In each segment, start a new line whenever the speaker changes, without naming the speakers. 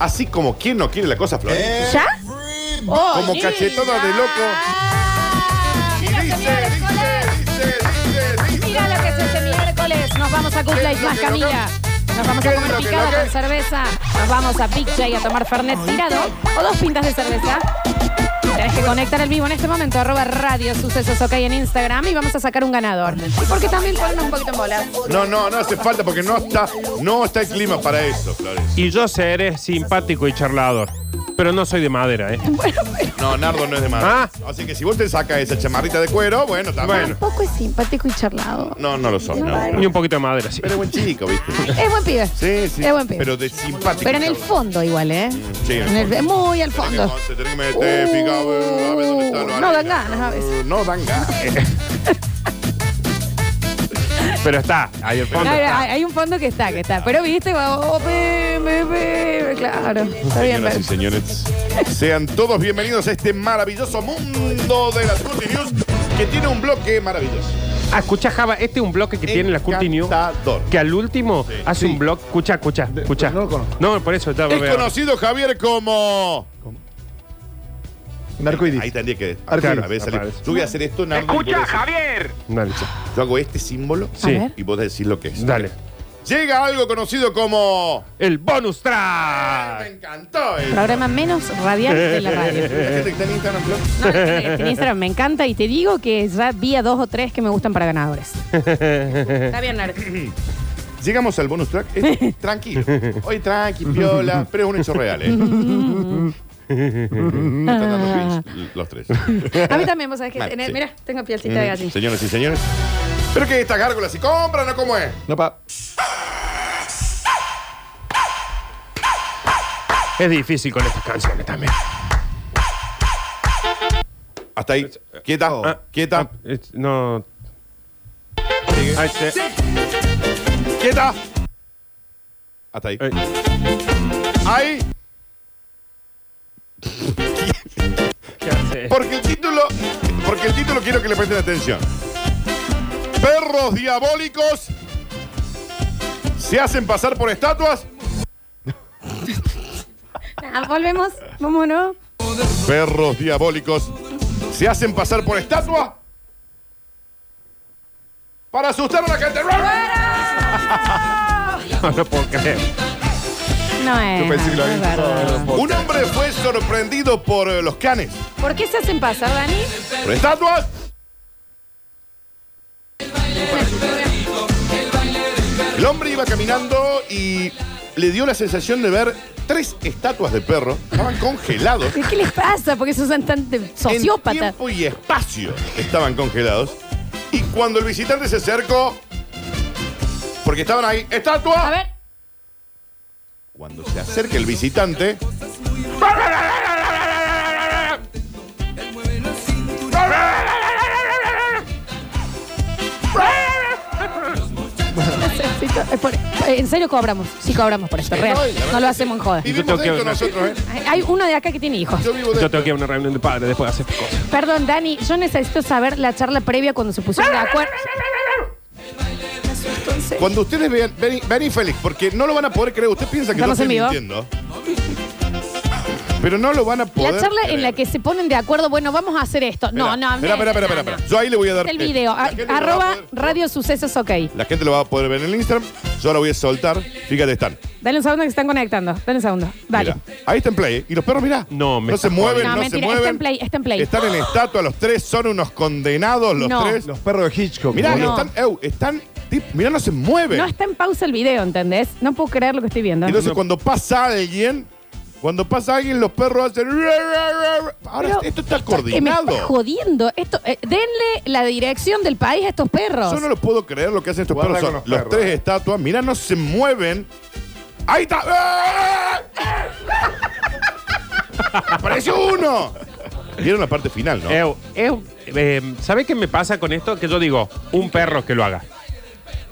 Así como quien no quiere la cosa, Flor.
¿Ya? Oh,
Como cachetada de loco. Y
Mira
dice,
este
dice,
miércoles.
dice, dice, dice.
Mira lo que es este miércoles. Nos vamos
¿Qué
a Cupla
es
y
lo
más
que
Camila. Nos vamos
¿Qué
a
es
comer
lo que
picado
toca?
con cerveza. Nos vamos a pizza y a tomar fernet tirado. O dos pintas de cerveza. Tenés que conectar el vivo en este momento. Arroba radio sucesos ok en Instagram. Y vamos a sacar un ganador. Porque también ponernos un poquito en bola.
No, no, no hace falta porque no está, no está el clima para eso, Flores.
Y yo seré simpático y charlador. Pero no soy de madera, ¿eh?
No, Nardo no es de madera. Así que si vos te sacas esa chamarrita de cuero, bueno, también.
Bueno.
Poco es simpático y charlado.
No, no lo son.
No,
no.
vale.
Ni un poquito de madera, sí.
Pero es buen chico, ¿viste?
Es buen pibe.
Sí, sí.
Es buen pibe.
Pero de simpático.
Pero en el fondo igual, ¿eh?
Sí,
En el- muy al fondo.
Se tiene que meter,
Uh,
pica, eh, a ver dónde está,
no dan
arena.
ganas a veces.
No dan ganas.
Pero está, ahí el fondo.
Claro,
está.
hay, hay un fondo que está, que está. Pero viste, va, oh, pe, pe, pe, claro. Está bien,
Señoras y
pero-
señores, sean todos bienvenidos a este maravilloso mundo de las Curti News que tiene un bloque maravilloso.
Ah, escucha, Java, este es un bloque que tiene la Curti News.
Encantador.
Que al último
Sí.
hace un bloque. Escucha, escucha, escucha.
no lo conozco.
No, por eso está.
Es conocido Javier como.
Mercuidis.
Ahí tendría que.
Arcoiris.
a ver, sale-
Aparece.
Yo voy a hacer esto, Nardo. y voy a
Escucha,
decir-
Javier.
Dale,
Yo hago este símbolo
Sí.
A ver.
y vos decís lo que es.
dale.
Llega algo conocido como.
El bonus
Me
track.
encantó. eh.
Programa menos radial de la radio.
La gente que está en Instagram, Flor.
No, en Instagram me encanta y te digo que ya vi a dos o tres que me gustan para ganadores. Está bien, Nerd.
Llegamos al bonus track. Es tranquilo. Hoy tranqui, piola, pero es un hecho real, ¿eh? Me están dando cringe los tres.
A mí también, vos sabés que.
Mal,
en-
sí. Mm,
Mira, tengo pielcita de gallina.
Señoras y señores. ¿Pero qué estas gárgolas? ¿Si compran o cómo es?
No, pa.
Es difícil con estas canciones también.
Hasta ahí. Quieta,
Oh.
Ah,
quieta,
ah, es- No.
Sigue.
Ahí está.
quieta. Hasta ahí.
Ahí.
Ahí.
¿Qué hace?
Porque el título. Porque el título quiero que le presten atención. Perros diabólicos se hacen pasar por estatuas.
Ah, volvemos. Vámonos.
Perros diabólicos se hacen pasar por estatua para asustar a la gente.
No lo puedo creer.
No es.
Yo pensé que lo
no
había
es verdad.
Un hombre fue sorprendido por eh, los canes.
¿Por qué se hacen pasar, Dani?
Por estatuas. El hombre iba caminando y le dio la sensación de ver tres estatuas de perro. Estaban congelados.
¿Qué les pasa? Porque son tan de-
En
sociópatas.
tiempo y espacio estaban congelados. Y cuando el visitante se acercó, porque estaban ahí, estatua.
A ver.
Cuando se acerca el visitante,
Necesito- eh, por- eh, en serio cobramos, sí cobramos por esto, real.
no, la verdad
No lo
que
hacemos en joda.
Y-
vivimos
tengo que
de esto
hablar.
nosotros, ¿eh?
Hay- Hay uno de acá que tiene hijos.
Yo vivo de
Yo
esto.
tengo que ir a una reunión de padres después de hacer estas cosas.
Perdón, Dani, yo necesito saber la charla previa cuando se pusieron de acuerdo.
Cuando ustedes vean, vení, vení Félix, porque no lo van a poder creer. Usted piensa que yo
¿Estamos
estoy
en vivo?
mintiendo. Pero no lo van a poder.
La charla
creer.
en la que se ponen de acuerdo, bueno, vamos a hacer esto.
Espera,
no, no,
Espera, espera, espera,
no,
espera.
no.
Yo ahí le voy a dar.
El
eh,
video,
la
a-
gente lo va a
arroba
poder-
radio sucesos, ok.
La gente lo va a poder ver en el Instagram. Yo ahora voy a soltar. Fíjate, están.
Dale un segundo que se están conectando. Dale un segundo. Dale.
Mirá, ahí está en play. ¿eh? Y los perros, mirá.
No, me
No se
está
mueven, no,
No,
se
mentira,
mueven.
está en play, está en play.
Están en estatua los tres, son unos condenados los
No.
tres.
Los perros de Hitchcock.
Mirá,
No.
están, eu, están, tip- mirá, no se mueven.
No está en pausa el video, ¿entendés? No puedo creer lo que estoy viendo.
Entonces
No.
cuando pasa alguien, cuando pasa alguien, los perros hacen... Ahora,
Pero
esto está
Eh, me está
coordinado.
jodiendo. Esto, eh, denle la dirección del país a estos perros.
Yo no lo puedo creer lo que hacen estos
Guarda
perros. Son
con los
los
perros. eh.
tres estatuas, mirá, no se mueven. ¡Ahí está! ¡Apareció uno! Vieron la parte final, ¿no?
Eu, eu, eh, ¿Sabes qué me pasa con esto? Que yo digo, un perro que lo haga.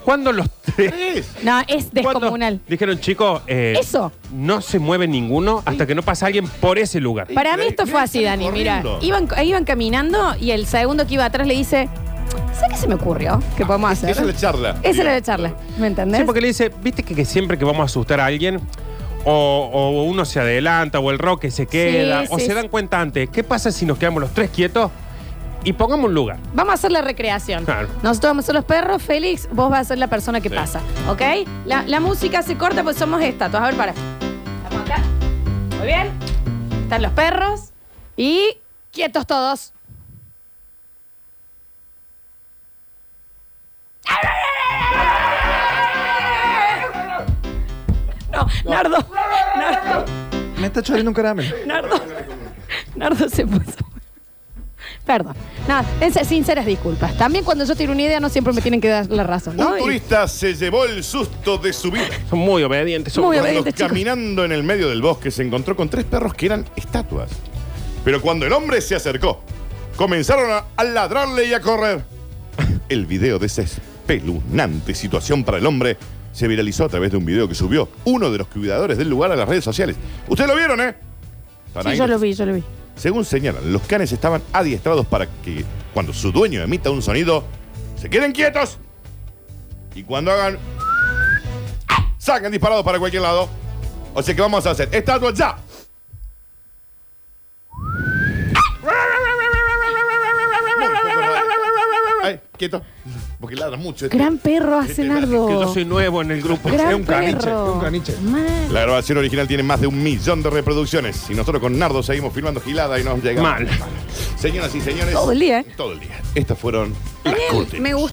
Cuando los tres.
Tres.
No, es
cuando
descomunal.
Dijeron, chicos, eh,
Eso.
no se mueve ninguno hasta que no pasa alguien por ese lugar.
Para mí esto
Mira,
fue así,
salen
Dani. Mira,
corriendo.
iban, iban caminando y el segundo que iba atrás le dice, ¿sabes qué se me ocurrió? ¿Qué podemos hacer?
Esa Ah, es la charla.
Esa era la charla, ¿me entendés?
Sí, porque le dice, viste que, que siempre que vamos a asustar a alguien, o, o uno se adelanta, o el rock se queda, o
sí,
se
sí.
dan cuenta antes. ¿Qué pasa si nos quedamos los tres quietos y pongamos un lugar?
Vamos a hacer la recreación.
Claro.
Nosotros vamos a ser los perros, Félix, vos vas a ser la persona que
Sí.
pasa. ¿Ok? La, la música se corta porque somos estatuas. A ver, para. Estamos acá. Muy bien. Están los perros. Y quietos todos. No, Nardo. Nardo.
Me está chorando un caramelo.
Nardo. Nardo se puso. Perdón. Nada, en- sinceras disculpas. También cuando yo tiro una idea no siempre me tienen que dar la razón, ¿no?
Un
Y-
turista se llevó el susto de su vida.
Son muy obedientes. Son
Muy
gordos.
Cuando
Obediente, chicos.
caminando en el medio del bosque se encontró con tres perros que eran estatuas. Pero cuando el hombre se acercó, comenzaron a, a ladrarle y a correr. El video de esa espeluznante situación para el hombre se viralizó a través de un video que subió uno de los cuidadores del lugar a las redes sociales. Ustedes lo vieron, ¿eh? Están
Sí,
ahí.
yo lo vi, yo lo vi.
Según señalan, los canes estaban adiestrados para que cuando su dueño emita un sonido, se queden quietos. Y cuando hagan... Sacan disparados para cualquier lado. O sea que vamos a hacer estatua ya. Ay, quieto. Porque ladra mucho. este.
Gran perro hace
Este, la-
Nardo.
Que yo soy nuevo en el grupo.
Gran
Es un caniche.
perro.
un caniche.
Mal.
La grabación original tiene más de un millón de reproducciones. Y nosotros con Nardo seguimos filmando gilada y nos llegamos.
Mal.
Señoras y señores.
Todo el día, ¿eh?
Todo el día. Estas fueron las
Daniel,
últimas.
me gusta.